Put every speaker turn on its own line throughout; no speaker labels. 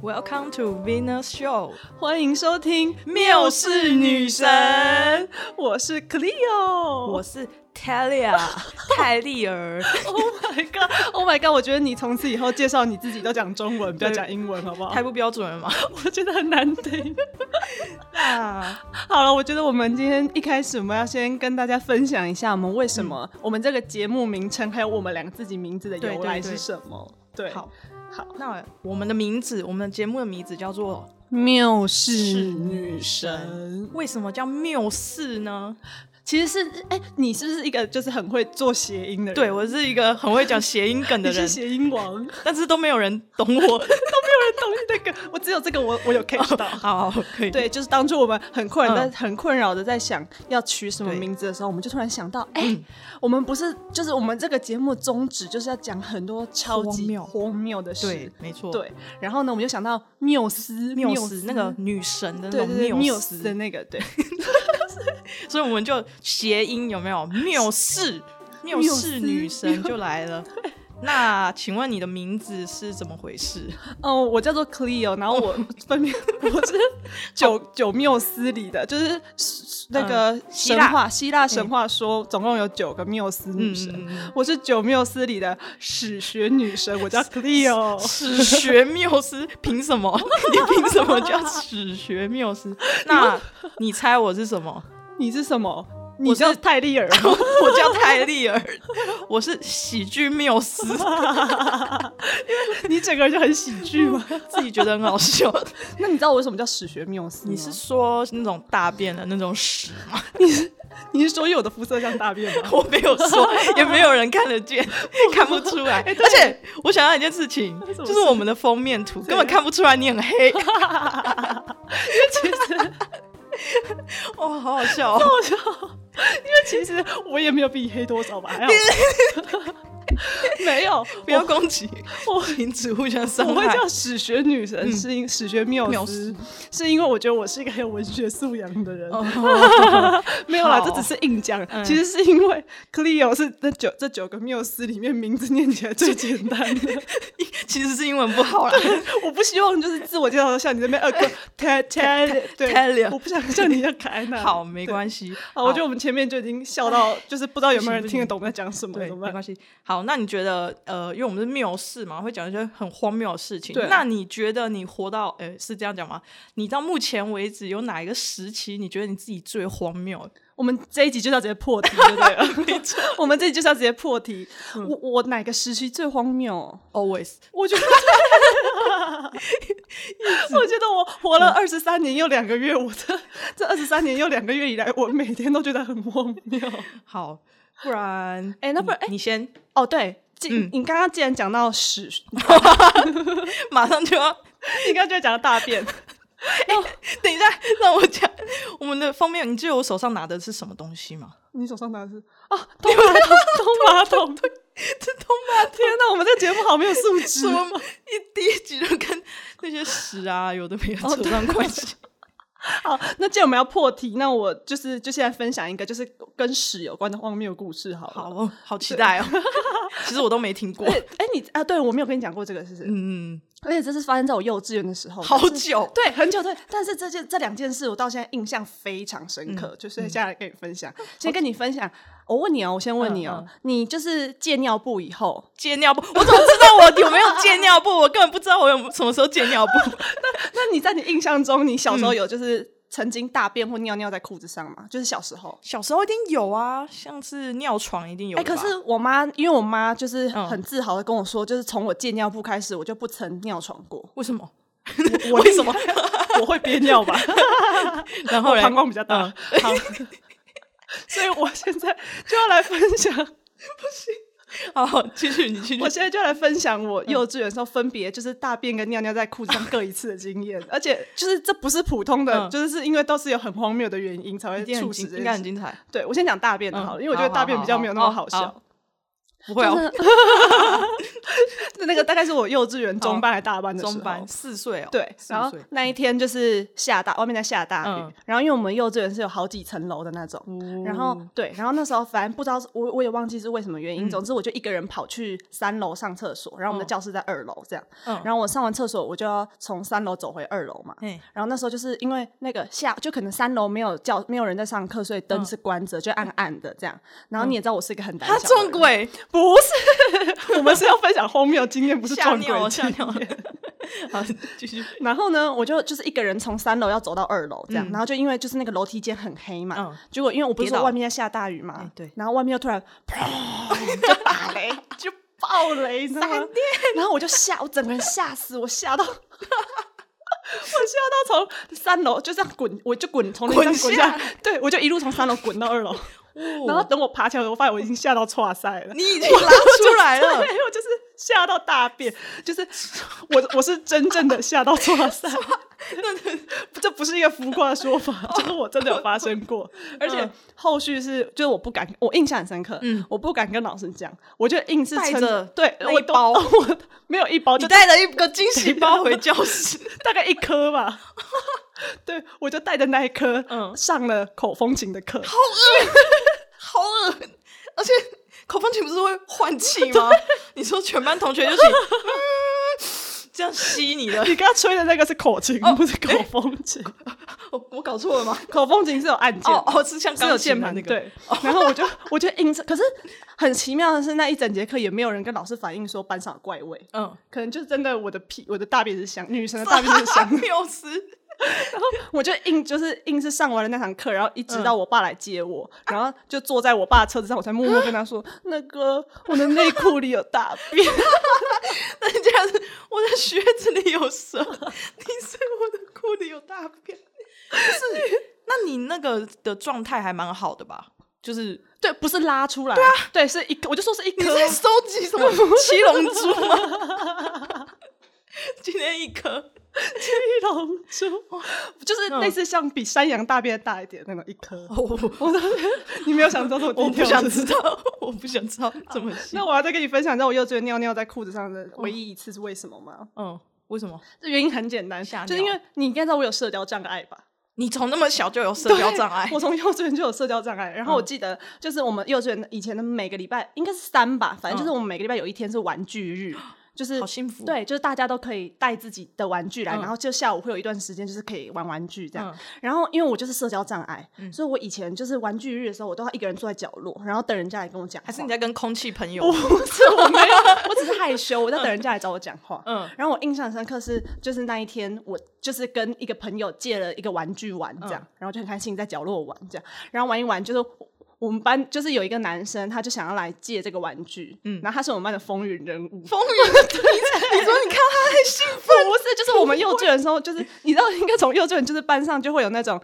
Welcome to Venus Show，
欢迎收听《
缪氏女神》，
我是 Cleo，
我是 Talia 泰利尔。
Oh my god，Oh Oh my god，我觉得你从此以后介绍你自己都讲中文，不要讲英文，好不好
太？不标准了嘛？
我觉得很难听。
那
好了，我觉得我们今天一开始，我们要先跟大家分享一下我们为什么、
嗯
我们这个节目名称，还有我们两个自己名字的
对
由
对
来
对
是什么。对，
好，
好，
那我们的名字，我们的节目的名字叫做
缪
是
氏
女
女
神
神。
为什么叫缪氏呢？
其实是，哎、你是不是一个就是很会做谐音的人？
对，我是一个很会讲谐音梗的
你 是
人，
谐音王，
但是都没有人懂我。
懂你那个，我只有这个我我有 catch 到。
好，可以。
对，就是当初我们很困
哦嗯
扰、在很困扰的在想要取什么
对嗯
名字的时候，我们就突然想到，哎、我们不是就是我们这个节目宗旨就是要讲很多超
荒
级
谬
荒谬的
对
事，，
没错。，
对。然后呢，我们就想到缪斯，
缪斯那个女神的那
对
种
对对，缪斯
斯，
的那个对，
所以我们就谐音有没有？缪 氏，缪氏女神就来 了。那请问你的名字是怎么回事？
哦，我叫做 Cleo，然后我分 别我是九九缪斯里的，就是那个
希
神
腊
话嗯希腊哎神话说总共有九个缪斯女神。
嗯，
我是九缪斯里的史学女神， 我叫 Cleo。
史学缪斯，凭什么？你凭什么叫史学缪斯？那你猜我是什么？
你是什么？
我
你
是
叫泰利尔吗？
我叫泰利尔，我是喜剧缪斯，
你整个人就很喜剧吗？
自己觉得很好笑。
那你知道我为什么叫史学缪斯吗？
你是说那种大便的那种屎吗？
你是说因为我的肤色像大便 吗？
我没有说，也没有人看得见，看不出来。而且我想到一件事情，
么
就是我们的封面图根本看不出来你很黑。 哇，好好笑哦！
其实我也没有比你黑多少吧，还 好。没有，
不要攻击，
我
停止互相伤
我会
害。
叫史学女神，是因史学缪
缪
斯
斯，
是因为我觉得我是一个很有文学素养的人。
哦
没有啦，
好
这只是硬讲。其实是因为 Cleo 是那九这九个缪斯里面名字念起来最简单的。
其实是英文不好啦。
我不希望就是自我介绍的时候像你这边二哥泰泰对
Talia
我不想像你一样卡在那。
好，没关系。
啊好，我觉得我们前面就已经笑到，就是不知道有没有人
不行
听得懂我们在讲什么，
对，
怎么
没
办？
关系。好，那你觉得，呃，因为我们是缪氏嘛，会讲一些很荒谬的事情
对。啊
那你觉得你活到，呃，是这样讲吗？你到目前为止有哪一个时期，你觉得你自己最荒谬？
我们这一集就是要直接破题，对不对？没错，我们这一集就是要直接破题。我我哪个时期最荒谬？
always
我觉得， 我觉得我活了二十三年又两个月，我这这二十三年又两个月以来，我每天都觉得很荒谬。
好，不然
哎那不然
你你先
哦，对，既
嗯
你刚刚既然讲到屎，
马上就要 哎
你刚刚就讲到大便，哎
等一下让我讲我们的方面，你记得我手上拿的是什么东西吗？
你手上拿的是啊， 通马桶，通马 桶，
这通马
天哪，我们这个节目好没有素质
什。
啊
么一第一集就跟那些屎啊有的没有扯上关系。
好，那既然我们要破题，那我就是就现在分享一个就是跟屎有关的荒谬故事好 了。
好，哦好期 待哦！其实我都没听过
哎、。哎你啊，对我没有跟你讲过这个，是不是？
嗯，
而且这是发生在我幼稚园的时候，
好
但是
久。
对，很久对，但是这件这两件事我到现在印象非常深刻，
嗯
就是现在来跟你分享。先跟你分享，我问你哦，我先问你哦，
嗯
你就是戒尿布以 后，
戒尿布，我怎么知道我有没有戒尿布？我根本不知道我有什么时候戒尿布。
那你在你印象中，你小
嗯
时候有就是曾经大便或尿尿在裤子上吗？就是小时候。
小时候一定有啊，像是尿床一定有
哎、
吧。
可是我妈，因为我妈就是
嗯
很自豪的跟我说，就是从我戒尿布开始，我就不曾尿床 过。
为什么？
我
为什么？
我会憋尿吧？
然后嘞
我膀胱比较大，
嗯
好， 所以我现在就要来分享
好，继续你继续
我。现在就来分享我
嗯
幼稚园的时候分别就是大便跟尿尿在裤子上各一次的 经验，而且就是这不是普通的，
嗯
就是是因为都是有很荒谬的原因才
一
会
定
促
很
使
精
这
应该
件
很
事。
精彩。
对我先讲大便的好了，
嗯
因为我觉得
好
大便比较没有那么
好
好
好好
笑。啊
好不会哦，
那个大概是我幼稚园中班还大班的时候。
中班四岁哦，
对，
四
然后
岁
那一天就是下大，外面在下大雨，
嗯
然后因为我们幼稚园是有好几层楼的那种，然后
哦嗯
对，然后那时候反正不知道是我我也忘记是为什么原因，总之我就一个人跑去三楼上厕所，然后我们的
嗯
教室在二楼这样，
嗯
然后我上完厕所我就要从三楼走回二楼嘛，
哎，
然后那时候就是因为那个下，就可能三楼没有叫没有人在上课，所以灯是关着，就暗暗的这样。然后你也知道我是一个很
嗯
胆
他
小的
撞
人，
鬼，
不是， 我们是要分享荒谬经验，不是
吓
撞
尿
鬼
了，吓
经
尿了
验。。
好，继 续，
然后呢，我就就是一个人从三楼要走到二楼这样，然后就因为就是那个楼梯间很黑嘛，
嗯
结果因为我不是
跌
说
倒
外面在下大雨嘛，
哎对
然后外面又突然砰就打雷，就爆雷，你知道吗？然后我就吓，我整个人吓死，我吓到。 我吓到从三楼就这样滚，我就滚从楼上滚
滚
下
下哦
来，对我就一路从三楼滚到二楼，然后等我爬起来的时候，我发现我已经吓到岔赛了。
你已经拉出来了，
对，我就是吓到大便，就是我我是真正的吓到抓 塞，这不是一个浮夸的说法， 就是我真的有发生
哦
过，而且后续是就是我不敢，我印象很深刻，
嗯
我不敢跟老师讲，我就硬是
带
撑
着
对
那
我
一
都
包
我没有一包，就
你带了一个惊喜包回教室，
大概一颗吧。 对，我就带着那一颗，
嗯
上了口风琴的 课，
好恶，而且口风琴不是会换气吗？你说全班同学就起，嗯，这样吸你 的，
你刚刚吹的那个是口琴，
哦
不是口风琴，
我我搞错了吗？
口风琴是有按键
哦
的
哦，是像
只
钢
有
琴
键
的
盘
那个，
对，然后 我就我就硬着，可是很奇妙的是，那一整节课也没有人跟老师反映说班上有怪味，
嗯，，
可能就是真的我的屁我的大便是香，女生的大便是香
缪斯，
我就硬就是硬是上完了那堂课，然后一直
嗯
到我爸来接我，然后就坐在我爸的车子上，我才默默跟 他说，那个我的内裤里有大便，
那你竟然是我的靴子里有蛇， 你是我的裤里有大便，是？那你那个的状态还蛮好的吧？就是
对，不是拉出来，对啊，对，是一颗，我就说是一
你
颗，
在收集什么 七龙珠吗？ 今天一颗，
一龙珠，就是
嗯
类似像比山羊大便大一点那种一颗，
哦我我
你没有想到这么低
我不
调是
想
是
知道，我不想知道怎么写。
那我要再跟你分享，你知道我幼稚园尿尿在裤子上的唯一一次是为什么吗？
嗯，为什么？
这原因很简单，
吓尿
就是因为你应该知道我有社交障碍吧？
你从那么小就有社交障碍嗯
对？ 我从幼稚园就有社交障碍。然后我记得，就是我们幼稚园以前的每个礼拜应该是三吧，反正就是我们每个礼拜有一天是玩具日，就是
好幸福
对，就是大家都可以带自己的玩具来，
嗯
然后就下午会有一段时间就是可以玩玩具这样。
嗯
然后因为我就是社交障碍，所以我以前就是玩具日的时候，我都要一个人坐在角落，然后等人家来跟我讲话。
还是你在跟空气朋友？
不是，我没有，我只是害羞，我在等人家来找我讲话。嗯
嗯，
然后我印象深刻是，就是那一天我就是跟一个朋友借了一个玩具玩，这样，
嗯
然后就很开心在角落玩这样，然后玩一玩就是。我们班就是有一个男生，他就想要来借这个玩具，嗯，然后他是我们班的风云人物，
风云， 你你说你看他很兴奋，
不是，就是我们幼稚园的时候，就是你知道，应该从幼稚园就是班上就会有那种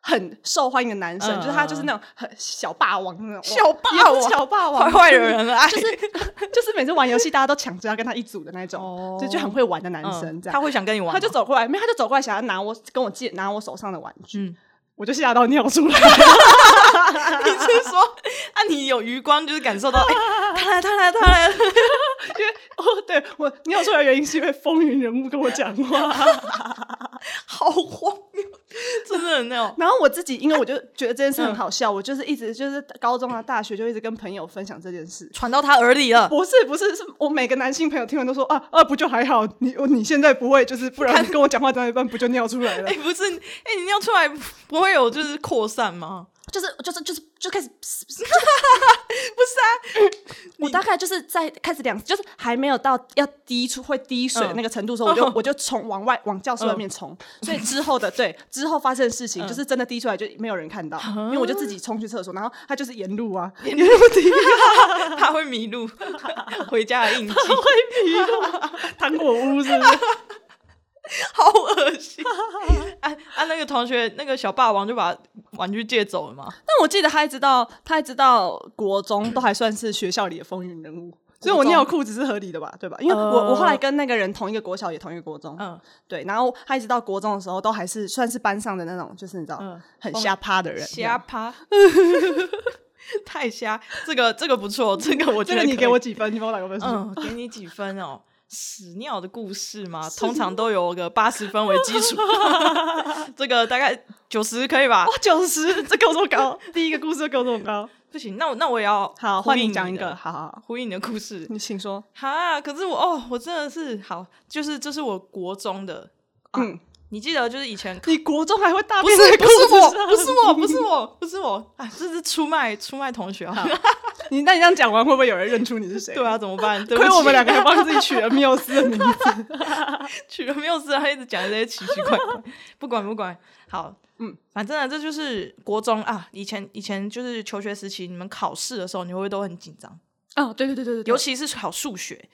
很受欢迎的男生，
嗯
就是他就是那种很小霸王那种，
小霸
也不是
王
小霸王，
坏坏的人爱，
就是
哎
就是每次玩游戏大家都抢着要跟他一组的那种，
哦
就就很会玩的男
嗯
生这
他
样。
会想跟你玩吗，
他就走过来，没有，他就走过来想要拿我跟我借拿我手上的玩具，
嗯
我就吓到尿出来。
你是说，啊，你有余光就是感受到，哎、他来，他来，他 来，
因为哦，对我尿出来的原因是因为风云人物跟我讲话，
好荒谬，真的很那种，
然后我自己因为我就觉得这件事
嗯
很好笑，我就是一直就是高中啊大学就一直跟朋友分享这件事。
传到他耳里 了。
不是不是，是我每个男性朋友听完都说啊啊，不就还好，你你现在不会就是不然跟我讲话到一半不就尿出来了
哎、？不是，哎、你尿出来不会有就是扩散吗？
就是就是就是啊就 开始
不
我大概就是在开始两，就是还没有到要滴出会滴水的那个程度的时候，
嗯
我就我就冲往外往教室外面冲，所以之 后的对之后发生的事情，就是真的滴出来就没有人看到，因为我就自己冲去厕所，然后他就是沿路 啊，沿路滴，
是啊， 怕会迷路，回家的印 记，
糖果屋是不是？
好恶心。 啊啊，那个同学，那个小霸王就把玩具借走了吗？
但我记得他一直到他一直到国中都还算是学校里的风云人物。所以我
国中
尿裤子是合理的吧，对吧？因为我、我后来跟那个人同一个国小，也同一个国中，
嗯，
对。然后他一直到国中的时候，都还是算是班上的那种，就是你知道，
嗯
很
风
瞎趴的人这样，
瞎趴。太瞎，这个这个不错，这个我觉
这
得
个你
可以
给我几分？你帮我打 个分数。
嗯，给你几分哦？ 屎尿的故事嘛，通常都有个八十分为基 础，这个大概九十可以吧？
哇，九十，这给我这么 高，第一个故事就给我这么高。
不行，那我那我也要
好，
呼
换
应
你讲一
的
个，好好好，
呼应你的故事
你请说。
哈。可是我哦，我真的是好，就是这是我国中的，啊
嗯，
你记得就是以 前
你国中还会大
不
便
是
在
啊不
裤
是
子
我
上
不是我不是我不是我啊，这是出卖出卖同学啊！
你那你这样讲完，会不会有人认出你是 谁？
对啊，怎么 办？对不
亏我们
起
两个还帮自己取了缪斯的名字。
取 了没有事，啊他一直讲这些奇奇怪怪，不管不管，好，
嗯，
反正呢，啊这就是国中啊，以前以前就是求学时期，你们考试的时候，你会不会都很紧张？
哦，对对对对对，
尤其是考数学，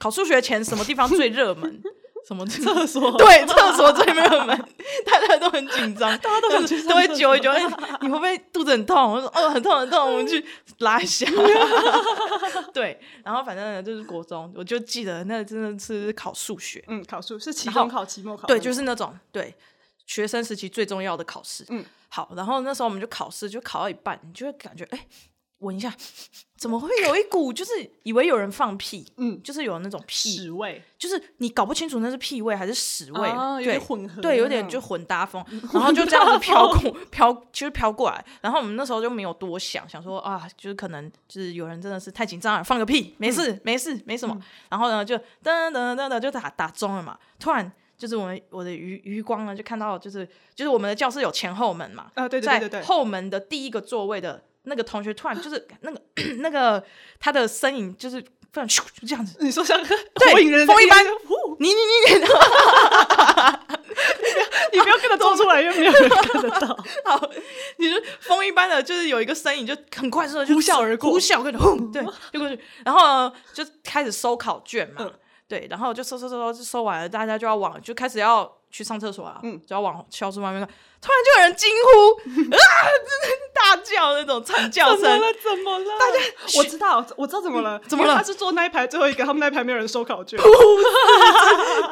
考数学前什么地方最热门？什么
厕所
对，厕所最热门，大家都很紧张，大家
啊都很去
都会
上厕
揪一揪，哎，你会不会肚子很痛？我说哦，很痛很痛，我们去拉一下。 对，然后反正呢，就是国中，我就记得那真的是考数学，
嗯，考数是期
然后
中考、期末考那种，
对，就是那种对学生时期最重要的考试。
嗯，
好，然后那时候我们就考试，就考到一半，你就会感觉哎、闻一下， 怎么会有一股就是以为有人放屁，
嗯
就是有那种屁，
屎味，
就是你搞不清楚那是屁味还是屎味，
哦有
对
点，混合
对，有
那
点
种
就混搭 风，然后就这样子飘过飘，就是飘过来。然后我们那时候就没有多想，想说啊，就是可能就是有人真的是太紧张了，放个屁，没事、
嗯
没事没什么。然后呢就噔噔噔噔噔就打打钟了嘛，突然。就是我们我的余余光呢，就看到就是就是我们的教室有前后门嘛，
啊对对对对
在
对
后门的第一个座位的那个同学突然就是 那个 那个他的身影就是突然咻就这样子，
你说像
对
火影忍者
风一般
呼
你你你你，
你不要跟着做出来，因为没有人看得到。
好，你就风一般的，就是有一个身影就很快速的就
呼啸而过
呼啸跟着轰， 对，就过去，然后呢就开始收考卷嘛，
嗯
对，然后就收收收收，就收完了，大家就要往就开始要去上厕所啊，
嗯
就要往教室外面看，突然就有人惊呼啊，大叫那种惨叫
怎么
声，
了？怎么了？大家，我知道，我知道怎么了。
怎么
因为
了
他是坐那一排最后一个，他们那一排没有人收考卷。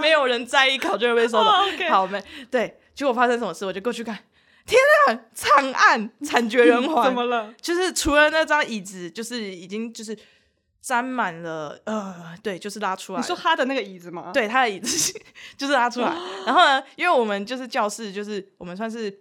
没有人在意考卷会被收
哦
的。
，OK
好，我们对，结果发生什么事，我就过去看，天啊，惨案，惨绝人寰，
嗯 怎么了？
就是除了那张椅子，就是已经就是沾满了呃，对，就是拉出来
你说
了。
他的那个椅子吗？，
对，他的椅子 就是拉出来。
哦
然后呢，因为我们就是教室，就是我们算是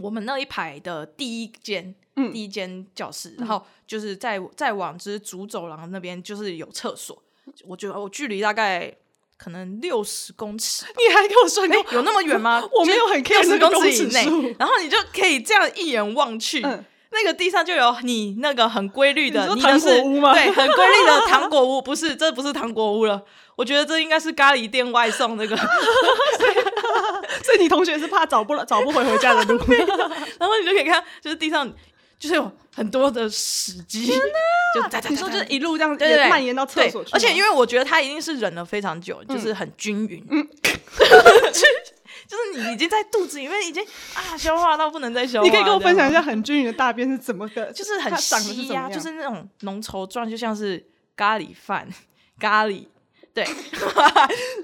我们那一排的第一间，
嗯
第一间教室。然后就是在再往之主走廊那边，就是有厕所。我觉得我距离大概可能六十公尺
你还给我算过，
有那么远吗？
我没有很 care
六十
那个
公尺以
公尺数
内， 然后你就可以这样一眼望去，
嗯
那个地上就有你那个很规律的，
你说
你的是
糖果屋吗
对，很规律的糖果屋，不是，这不是糖果屋了，我觉得这应该是咖喱店外送那个。
所以你同学是怕找不了找不回回家 的路。
然后你就可以看，就是地上就是有很多的屎迹，就哒哒哒
啊你说就
哒
是 一路这样
对对对
蔓延到厕
对
所去吗，
而且因为我觉得它一定是忍了非常久，就是很均匀，嗯， 就是你已经在肚子里面已经啊消化到不能再消化。
你可以跟我分享一
这样，
下很均匀的大便是怎么个，
就是很
它长得
稀
怎
呀、
么样
就是那种浓稠状，就像是咖喱饭、 咖喱。对，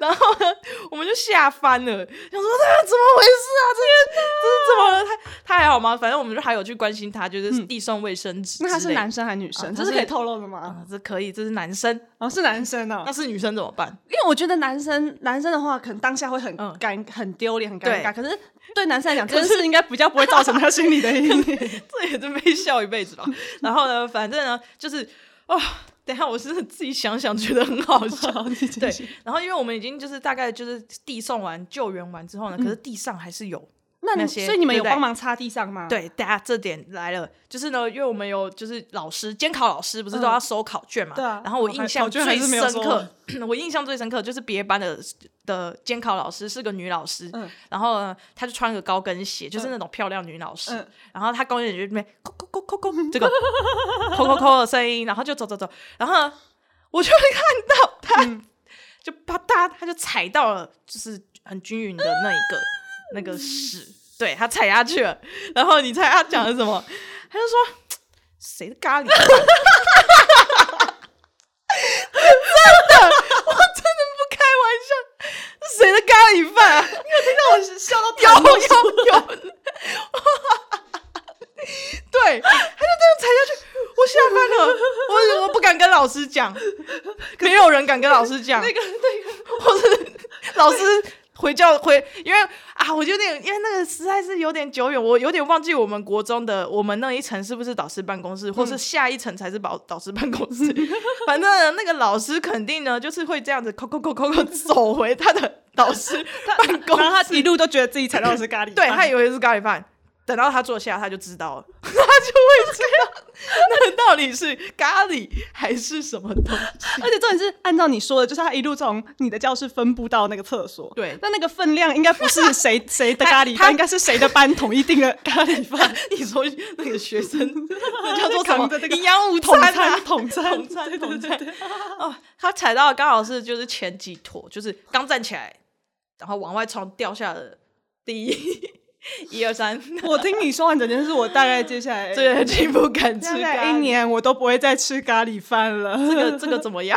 然后呢，我们就吓翻了，想说这怎么回事啊？这这是怎么了？他他还好吗？反正我们就还有去关心他，就是递送卫生纸之类的。
嗯那他是男生还是女生？
啊
这
他
是可以
是
透露的吗？
啊，这可以，这是男生，
哦，是男生哦
那。是女生怎么啊办？
因为我觉得男生男生的话，可能当下会很
嗯
尴、很丢脸、很尴尬。可是对男生来讲，
可
这
是
件事应该比较不会造成他心里的阴影。
这也是被笑一辈子吧。然后呢，反正呢，就是哦，等一下我是自己想想觉得很好笑。 对，然后因为我们已经就是大概就是递送完救援完之后呢，可是地上还是有。
那
那
你
些
所以你们有
对不对
帮忙擦地上吗？，
对，大家这点来了，就是呢，因为我们有就是老师监考老师不是都要收考卷嘛，
对啊
然后我
考
印象
考卷
最
还是没有
深
收
刻， 我印象最深刻就是别班的的监考老师是个女老师，
嗯
然后呢，她就穿个高跟鞋，就是那种漂亮女老师，
嗯
然后她高跟鞋就那边扣扣扣扣扣这个扣扣扣的声音，然后就走走走，然后呢我就会看到她、
嗯
就啪嗒，她就踩到了，就是很均匀的那一个、那个屎，对她踩下去了，然后你猜她讲的什么？她就说谁的咖喱啊饭？我真的不开玩笑，是谁的咖喱饭、啊？
那我是笑到
有
掉
有有，对，他就这样踩下去，讲，没有人敢跟老师讲。
那个那个，
或是 老师回教回，因为啊，我有点，因为那个实在是有点久远，我有点忘记我们国中的我们那一层是不是导师办公室，或
嗯
是下一层才是导导师办公室。反正呢那个老师肯定呢，就是会这样子，扣扣扣扣扣走回他的导师办 公
然后他
室。
一路都觉得自己踩到的是咖喱
对
饭
他以为是咖喱饭，等到他坐下，他就知道了，他就会知道那到底是咖喱还是什么东西。
而且重点是，按照你说的，就是他一路从你的教室分布到那个厕所。
对
那那个分量应该不 是谁谁的咖喱
他
饭，应该是谁的班统一定的咖喱饭。
你说那个学生那叫 做什
扛
么
着这个
营养午
统
餐啊
餐，？统餐，
统餐
对
统。餐
对对对
哦，他踩到的刚好是就是前几坨，就是刚站起来，然后往外冲掉下的第一一二三，
我听你说完整件事，我大概接下 来
这个进不敢吃
大
咖
概一
喱。
年哎我都不会再吃咖喱饭了。
这个 这个怎么样？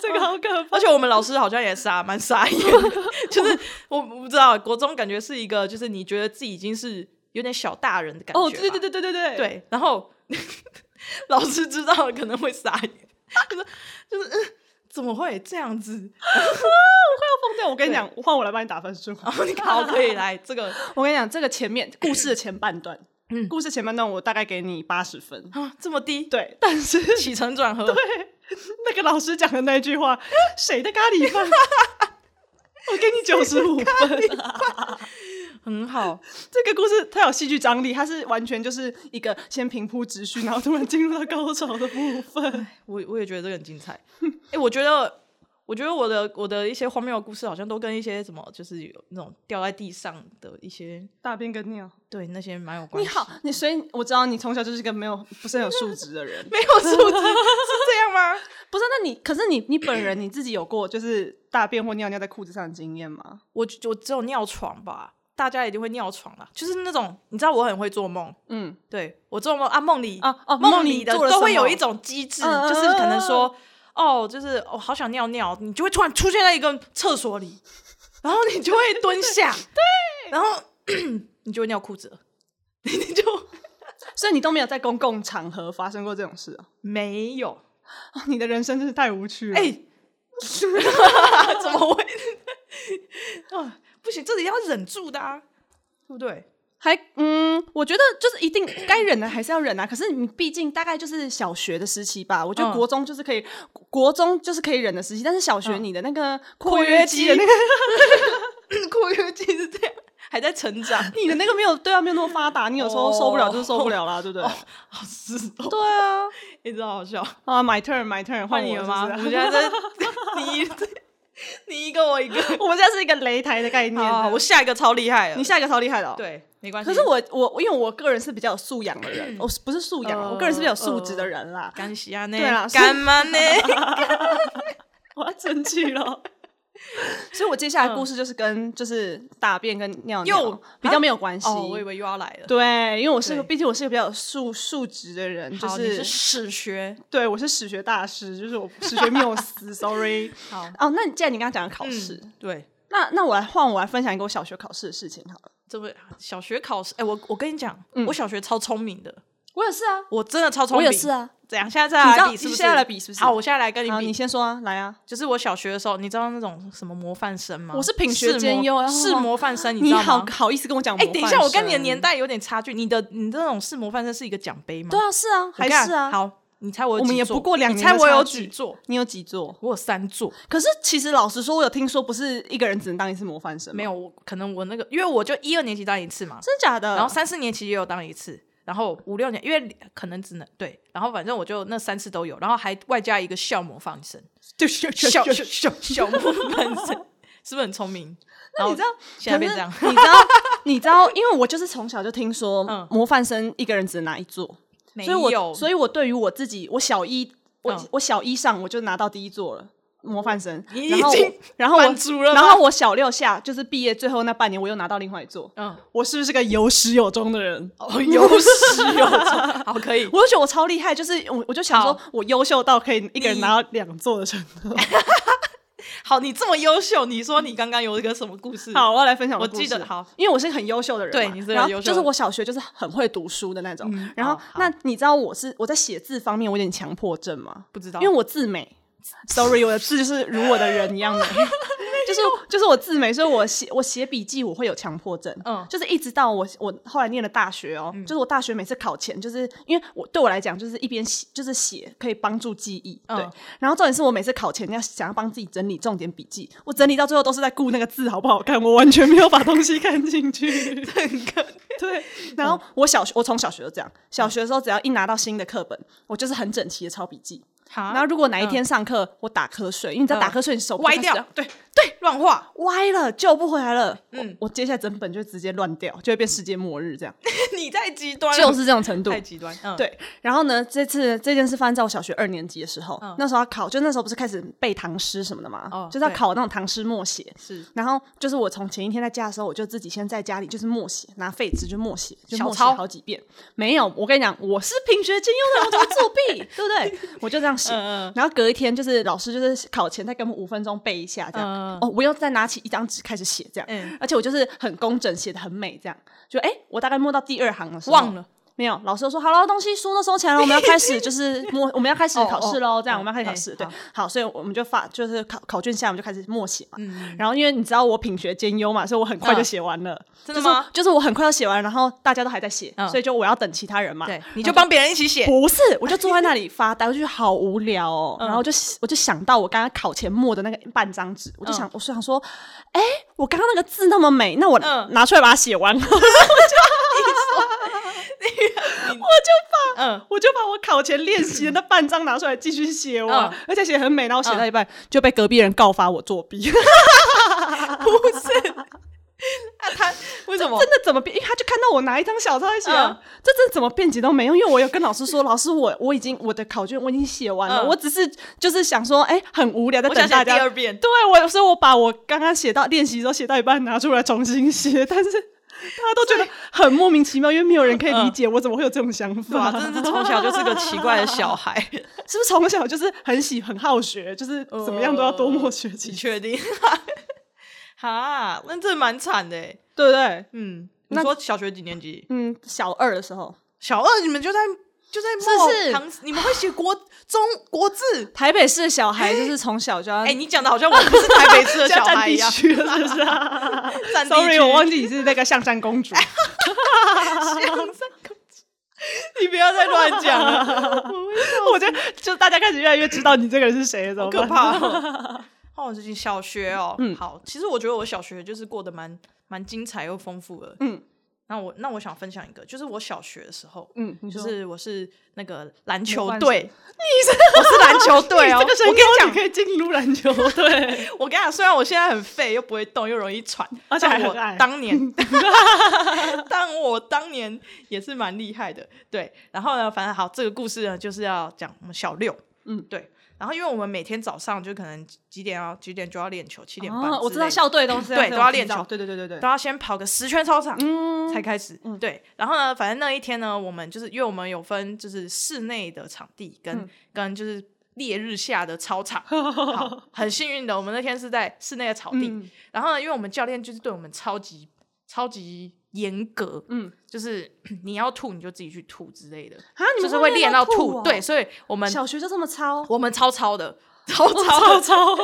这个好可 怕。
而且我们老师好像也傻，蛮傻眼的，就是我不知道，国中感觉是一个，就是你觉得自己已经是有点小大人的感觉吧。
哦，对对对对对对，
对，然后老师知道了可能会傻眼，就是就是、嗯怎么会这样子？
疯掉！我跟你讲，换我来帮你打分数。
然后你好，可以来这个
我跟你讲，这个前面故事的前半段，故事前半段我大概给你八十分。
啊这么低，
对，但 是
起承转合，
那个老师讲的那句话， 谁的咖喱 饭？我给你九十五分。
很好，
这个故事它有戏剧张力，它是完全就是一个先平铺直叙，然后突然进入到高潮的部分。
我我也觉得这个很精彩。哎、我觉得。我觉得我的我的一些荒谬的故事，好像都跟一些什么，就是有那种掉在地上的一些，
大便跟尿，
对那些蛮有关
你
系。。
好，你所以我知道你从小就是一个没有不是很有素质的 人
没有素质是这样吗？
不是，那你可是你你本人你自己有过就是大便或尿尿在裤子上的经验吗？
我我只有尿床吧，大家一定会尿床啦，就是那种你知道我很会做梦，
嗯，
对我做梦啊，梦里
啊哦
梦
梦
里
里
的
做了
都
什
会有
么
一种机制，
嗯嗯
就是可能说
嗯，
哦，就是我、哦、好想尿尿，你就会突然出现在一个厕所里，然后你就会蹲 下，对，然后 你就会尿裤子了，你 就
所以你都没有在公共场合发生过这种事啊？
没有，
哦你的人生真是太无趣了。
哎、 怎么会？啊，不行，这里要忍住的、啊，对不对？
还嗯，我觉得就是一定该忍的还是要忍啊。可是你毕竟大概就是小学的时期吧，我觉
嗯
得国中就是可以，国中就是可以忍的时期。但是小学你的 那个括
嗯约
约
肌
肌的那个，
括约肌是这样，还在成长，
你的那个没有对啊，没有那么发达，你有时候受不了就是受不了啦，对不对？
好湿哦，
对啊，
一直好笑。
啊，my turn，my turn，
换
换
你
我
了
是
吗？
不
我
是
们现在在你一你一个我一个。
我们现在是一个擂台的概 念。
好，我下一个超厉害了。
你下一个超厉害的、哦，
对，没关系。
可是我我因为我个人是比较有素养 的人，我是不是素养啊，
呃
我个人是比较有素质的人啦。
干洗啊呢？
对啦哦
干嘛 呢？
我要生气了。 所以我接下来的故事就是跟就是大便跟尿
嗯又啊
尿比较没有关系。
哦，我以为又要来了。
对，因为我是个，
对
毕竟我是个比较有素素质的人，就
好，你是史学。
对我是史学大师，就是我史学 缪斯，sorry。
好，
哦，那你既然你刚刚讲的考试，
嗯，对，
那那我来换我来分享一个我小学考试的事情好了。
这位小学考试，哎，我我跟你讲，我小学超聪明的，
我也是啊，
我真的超聪
嗯我
明。
也是。啊。
怎样？现在再
你知
来
道
比，是不是？
现在来比是不是
好，我现在来跟你
好，
比
你。先说啊，来啊。
就是我小学的时候，你知道那种什么模范生吗？
我是品学
模
兼优啊
是模范生，你知
你
道吗
好？好意思跟我讲？
哎、 等一下，我跟你的年。代有点差距。你的你的那种是模范生是一个奖杯吗？
对啊，是啊，
我
还
跟你讲
是啊。，
好，你猜我有
我们
几
也
座
不过两
你
年
猜
的
我
差
有
距
几座？
你有几座？
我有三座，
可是其实老实说，我有听说，不是一个人只能当一次模范生吗，哦
没有我可能我那个，因为我就一二年级当一次嘛，
真假的。啊
然后三四年级也有当一次，然后五六年因为可能只能对，然后反正我就那三次都有，然后还外加一个校模范生，
就就就
校校校校模范生是不是很聪明？然
那
后
你知道，
现在
可
变
是
这样
你知道，你知道，因为我就是从小就听说
嗯
模范生一个人只能拿一座，
没
所以
有
我，所以我对于我自己，我小一，我、
嗯
我小一上我就拿到第一座了。模范生，
你
然后
已
我
经
然后我
满足了吗
然后我小六下就是毕业最后那半年，我又拿到另外一座。
嗯，
我是不是个有始有终的人？
哦，有始有终，好，可以。
我就觉得我超厉害，就是我我就想说
好
我优秀到可以一个人
你
拿到两座的程度。
好，你这么优秀，你说你刚刚有一个什么故事？，
好，我要来分享
我
的
记
故事
得好，
因为我是很优秀的人嘛，
对你是很
然
优
后
秀
就是
的
我小学就是很会读书的那种。
嗯
然后、
哦好
那你知道我是我在写字方面我有点强迫症吗？
不知道，
因为我字 美，sorry，我的字就是如我的人一样美， 就是就是我字美，所以我写我写笔记我会有强迫症，
嗯
就是一直到我我后来念了大学哦，就是我大学每次考前，就是因为我对我来讲就是一边写就是写可以帮助记忆，对
嗯，
然后重点是我每次考前要想要帮自己整理重点笔记，我整理到最后都是在顾那个字好不好看，我完全没有把东西看 进去，
很可嗯
对，然后我小学我从小学就这样，小学的时候只要一拿到新的课本，我就是很整齐的抄笔记。
好，
然后如果哪一天上课、我打瞌睡，因为你知道打瞌睡你手不
嗯
就
歪
开始
掉，对对，乱画，
歪了救不回来了。
嗯
我我接下来整本就直接乱掉，就会变世界末日 这样，
你太极端了，
就是这种程度
太。极端，嗯，，
对，然后呢，这次这件事发生在我小学二年级的时候，
嗯
那时候要考，就那时候不是开始背唐诗什么的嘛，
哦
就是要
对
考那种唐诗默写。
是
然后就是我从前一天在家的时候，我就自己先在家里就是默写，拿废纸就默写，就
小
默写
抄
好几遍。没有，我跟你讲，我是品学兼优的人，我怎么作弊， 对不对？我就这样写，
嗯嗯
然后隔一天就是老师就是考前再给我们五分钟背一下，这样、
嗯嗯
哦，我又再拿起一张纸开始写，这样，
嗯
而且我就是很工整，写的很美，这样。就哎、我大概摸到第二行的时候，
忘了，
没有，老师就说好了，东西书都收起来了，我们要开始 就是默，我们要开始考试
哦
喽，
哦
这
哦
样我们要开始考
哎
试，对
好，
好，所以我们就发就是考考卷下来我们就开始默写嘛，然后因为你知道我品学兼优嘛，所以我很快就
嗯
写完了，
真的吗
就是？就是我很快就写完，然后大家都还在写，
嗯
所以就我要等其他人 嘛，
对，嗯你就帮别人一起写，
不是，我就坐在那里发呆，我就觉得好无聊哦。
嗯
然后就我就想到我刚刚考前默的那个半张纸，
嗯
我就想，我就想说，哎、我刚刚那个字那么美，那我
嗯
拿出来把它写完，我就
嗯，
我就把我考前练习的那半张拿出来继续写完，
嗯
而且写得很美。然后写到一半、就被隔壁人告发我作弊，真
不是， 那他 为什么？
的怎么变？因为他就看到我拿一张小抄来写、啊，
嗯
这真的怎么辩解都没用。因为我有跟老 师说，老师我我已经我的考卷我已经写完了，
嗯
我只是就是想说，哎、很无聊，在
我想
等
写
大
第
家
二遍，
对我，所以我把我刚刚写到练习的时候写到一半拿出来重新写，但是大家都觉得很莫名其妙，因为没有人可以理解我怎么会有这种想
嗯哇，
法。
啊 真的是从小就是个奇怪的小孩，
是不是从小就是很喜很好学，就是怎么样都要多默学几
你
句，
确定？ 哈，那这蛮惨的欸，
对不对？
嗯，你
那
说小学几年级？
嗯，小二的时候，
小二你们就在就在
是
默
是
唐诗，你们会写国中国字？
台北市的小孩就是从小就要
哎、你讲的好像我不是台北 市的
就要
小孩
占
一
地
样，
区了，是不是、 啊
占地
？Sorry，
区
我忘记你是那个象山 公主。
你不要再乱讲 了，
我觉得就大家开始越来越知道你这个人是谁了，怎么
好
办
可怕、哦！哦，最近小学哦，
嗯
好，其实我觉得我小学就是过得蛮蛮精彩又丰富的。
嗯，
那我那我想分享一个，就是我小学的时候，
嗯，你
就
说
是我是那个篮
模
球
范
队，你是我是篮球队哦，
你这个身
我跟 你
高
讲
你，可以进入 篮球队。
我跟你讲，虽然我现在很废，又不会动，又容易喘，
而且还
但我
很矮
当 年，但我当年也是蛮厉害的。对，然后呢，反正好，这个故事呢就是要讲我们小六，
嗯
对。然后因为我们每天早上就可能几点要几点就要练球，七点半之类的、
哦，我知道校队都是
对
这
都
种
要练
提早
球
对对对对对。
都要先跑个十圈操场。
嗯，
才开始，对。然后呢，反正那一天呢，我们就是因为我们有分就是室内的场地跟、
嗯
跟就是烈日下的操 场。好很幸运的，我们那天是在室内的草地。
嗯
然后呢，因为我们教练就是对我们超级超级严格，
嗯
就是 你要吐你就自己去吐之类的，
啊，
就
你们
是会
练
练到
吐
吐。
哦
对，，所以我们
小学哦就这么操，
我们超超的，超超
操 操，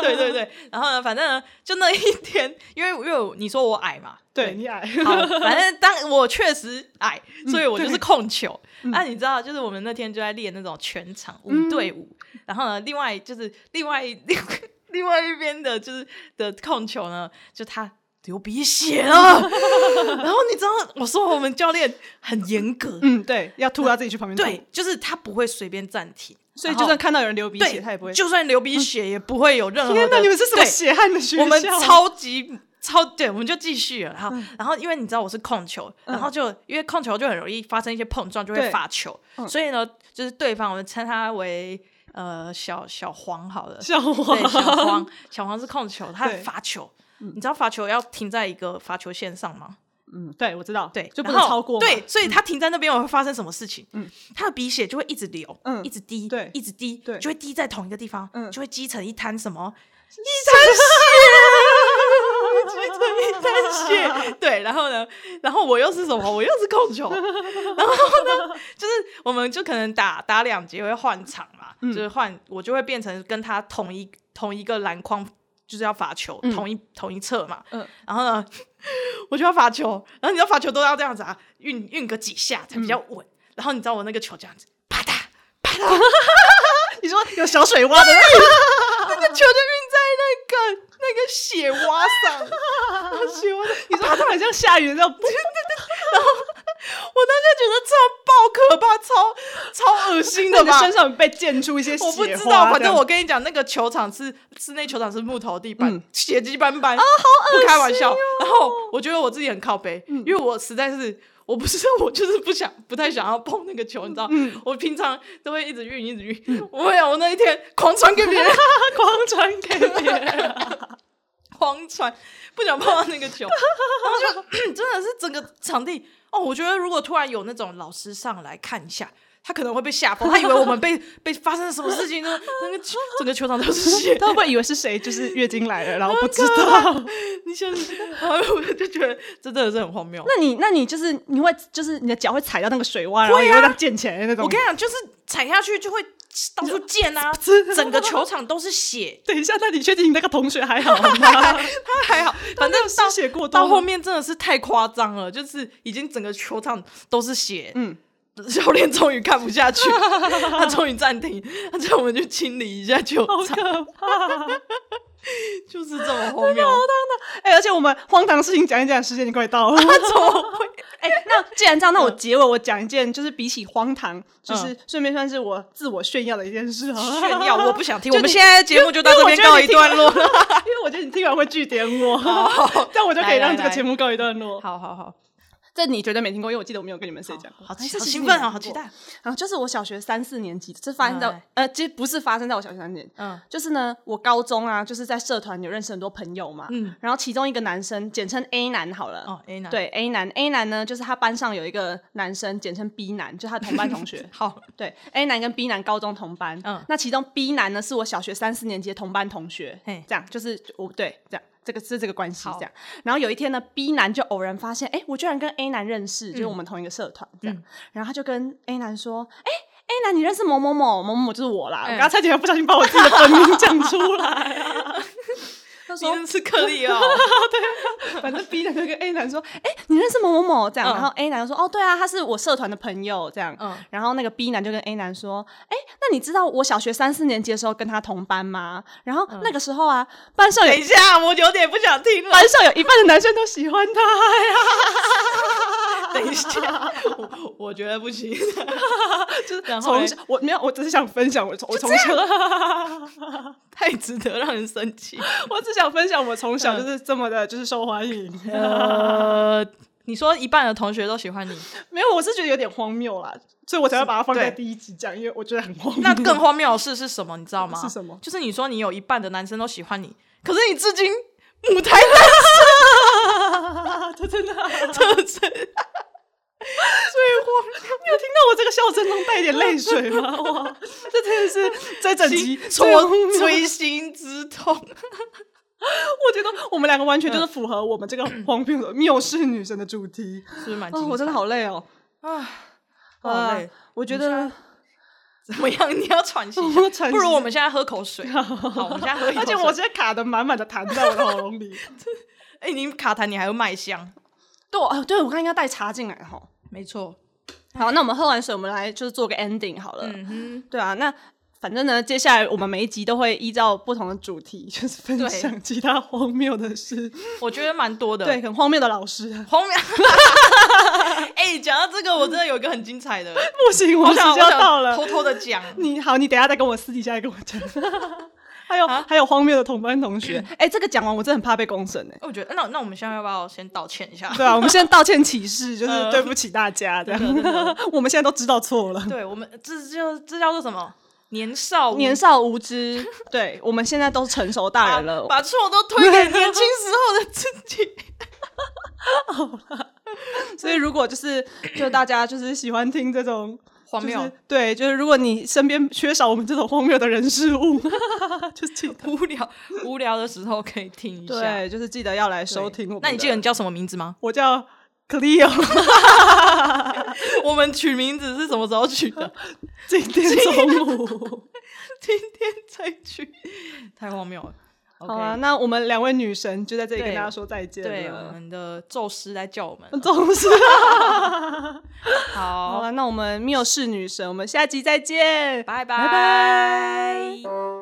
对对对。然后呢，反正呢，就那一天，因为因为我你说我矮嘛，
对你矮，
好，反正当我确实矮，
嗯
所以我就是控球。那、你知道，就是我们那天就在练那种全场五
嗯
对五，然后呢，另外就是另外另外 另外一边的就是的控球呢，就他。流鼻血 了，然后你知道，我说我们教练很严格，
嗯，对，要吐要自己去旁边吐，
对，就是他不会随便暂停，
所以
然
就
后
算看到有人流鼻血，
对
他也不会。嗯
就算流鼻血也不会有任何的。
天哪，你们是什么
对
血汗的 学校？
我们 超级超对，我们就继续了。然后，
嗯
然后因为你知道我是控球，然后就因为控球就很容易发生一些碰撞，就
对嗯
会发球。所以呢，就是对方我们称他为呃小小黄好了，
笑话
对，小黄，小黄是控球，他
对
罚球。你知道罚球要停在一个罚球线上吗？
嗯，对，我知道，
对，
就不
然后
能超过嘛，
对，所以他停在那边我会发生什么事情？
嗯
嗯，他的鼻血就会一直流，
嗯
一直滴，
对
一直滴，
对
就会滴在同一个地方，
嗯
就会积成一滩什么，一滩血，积成一滩血，对，然后呢，然后我又是什么？我又是控 球，然后呢，就是我们就可能打打两节会换场嘛，
嗯
就是换我就会变成跟他同一同一个篮筐。就是要罚球，
嗯
同一同一侧嘛，
嗯
然后呢， 我就要罚球，然后你知道罚球都要这样子啊，运运个几下才比较
嗯
稳。然后你知道我那个球这样子，啪嗒啪嗒，
你说有小水洼的那种，
那个球就运在那个那个血洼上，那个血洼上。
你说它很像下雨的 那种，
我当时觉得超爆可怕，超超恶心
那
的
你的
吧
身。上有被溅出一些血
我
花
不
这样，
知道，反正我跟你讲，那个球场是室内球场是木头地板，
嗯
血迹斑斑啊，好恶嗯不开玩笑。然后我觉得我自己很靠背，因为我实在是我不知道，我就是不想不太想要碰那个球，你知道，我平常都会一直运一直运。我跟你讲，我那一天狂传给别人，
狂传给别人，
狂传，不想碰到那个 球，然后就真的是整个场地哦。我觉得如果突然有那种老师上来看一下，他可能会被吓疯，他以为我们被 被发生了什么事情呢？ 那个球整个球场都是血，
他会不会以为是谁就是月经来了，然后不知道？
你想，然后我就觉得这真的是很荒谬。
那你那你就是你会就是你的脚会踩到那个水洼，然后也会啊这样溅起来的那种。
我跟你讲，就是踩下去就会到处溅 啊， 整个球场都是血。
等一下，那你确定你那个同学还好 吗？
他还好，反正
失血过多
到
吗
后面真的是太夸张了，就是已经整个球场都是血。
嗯，
教练终于看不下 去，他终于暂停，他叫我们去清理一下球
好
场，
可怕！
就是这么荒谬。
哎、而且我们荒唐的事情讲一讲，时间已经快 到了。
哦他怎么会？
哎、那既然这样，那我
嗯
结尾我讲一件，就是比起荒唐，就是顺便算是我自我炫耀的一件事好了。
炫耀，我不想听。
就
我
你
们现在节目就到这边告一段落了。
因为我觉得你听完会据点我，
好
这样我就可
哦来来
以让这个
来
节目告一段落。
好好好，
这你绝对没听过，因为我记得我没有跟你们谁讲过。
好
哎这其实
兴
你
奋
没
啊，好
听
期
过
待。
然后就是我小学三四年级，这发生在、
嗯
呃，其实不是发生在我小学三年级，
嗯
就是呢，我高中啊，就是在社团有认识很多朋友嘛，
嗯
然后其中一个男生，简称 A 男好了，
哦，A 男，，
对 A 男，A 男呢，就是他班上有一个男生，简称 B 男，就他同班同学
好，
对 A 男跟 B 男高中同班，
嗯
那其中 B 男呢是我小学三四年级的同班同学
嘿，
这样就是我对这样。这个是这个关系
好
这样，然后有一天呢，B 男就偶然发现，哎，我居然跟 A 男认识，就是
嗯
我们同一个社团这样，然后他就跟 A 男说，哎，A 男你认识某某某某某就是我啦，我
嗯
刚才差点不小心把我自己的本名讲出来 啊，他
你
说
真是克力哦。
反正 B 男就跟 A 男说：“哎、你认识某某某？”这样，
嗯
然后 A 男就说：“哦，对啊，他是我社团的朋友。”这样，
嗯
然后那个 B 男就跟 A 男说：“哎、那你知道我小学三四年级的时候跟他同班吗？然
嗯
后那个时候啊，班上 有
等一下，我有点不想听了。
班上有一半的男生都喜欢他呀，
等一下，我我觉得不 行。
就是
然后
从
嘞哎
小我没有，我只是想分享我从我从小，
太值得让人生气。
我只想分享我从
嗯
小就是这么的，就是受欢迎。
呃，你说一半的同学都喜欢你，
没有，我是觉得有点荒谬啦，所以我才会把它放在
对
第一集讲，因为我觉得很 荒谬。
那更荒谬的事是什么？你知道吗？
是什么
就是你说你有一半的男生都喜欢你，可是你至今母胎单
这真的啊、
身，最 荒谬。
你有听到我这个笑声中带一点泪水吗？ 哇，这真的是这整集
戳
最荒谬
锥心之痛，
我觉得我们两个完全就是符合我们这个荒谬的藐视女神的主题。
是不是蛮精
哦，
彩？
我真的好累哦，
啊，
啊
好累。
我觉 得，
怎么样？你要喘息一
我
下，
喘
不
息
如 我们现在喝口 水。好，我们现在喝一口水。
而且我现在卡的满满的痰在我的喉咙里。
哎、你卡痰，你还会卖香？
对，哦，对，我刚应该带茶进来哈。
没错。
好，那我们喝完水，我们来就是做个 ending 好了。
嗯哼。
对啊，那反正呢，接下来我们每一集都会依照不同的主题，就是分
对
享其他荒谬的事，
我觉得蛮多的。
对，，很荒谬的老师啊。
荒 谬。哎、讲到这个，我真的有一个很精彩的，
不行，
我
我们时
想
间
我想
要到了。
偷偷的讲。
你好，你等一下再跟我私底下跟我 讲。还有、还有荒谬的同班同学，啊哎、这个讲完我真的很怕被公审哎、
我觉得，那那我们现在要不要先道歉一下？
对啊，我们现在道歉启事，就是
呃
对不起大家这样
真的真的。
我们现在都知道错了，
对，我们这就这叫做什么？年少无
年少无知，啊对我们现在都成熟大
把
人了。
把错都推给年轻时候的自己。
所以如果就是就大家就是喜欢听这种
荒
就
谬
是，对，就是如果你身边缺少我们这种荒谬的人事物， 就是记得
无聊无聊的时候可以听一下。
对，啊就是记得要来收
对
听我们的。？
那你记得你叫什么名字吗
我叫 Cleo，
我们取名字是什么时候取 的？
今天中午。
今天才取，太荒谬了。
好啊，
OK，
那我们两位女神就在这里跟
对
大家说再见
对我
了。
们的宙斯来叫 我们了。
总是啊好
好，
了，那我们缪氏女神，我们下集再见，
拜
拜拜
拜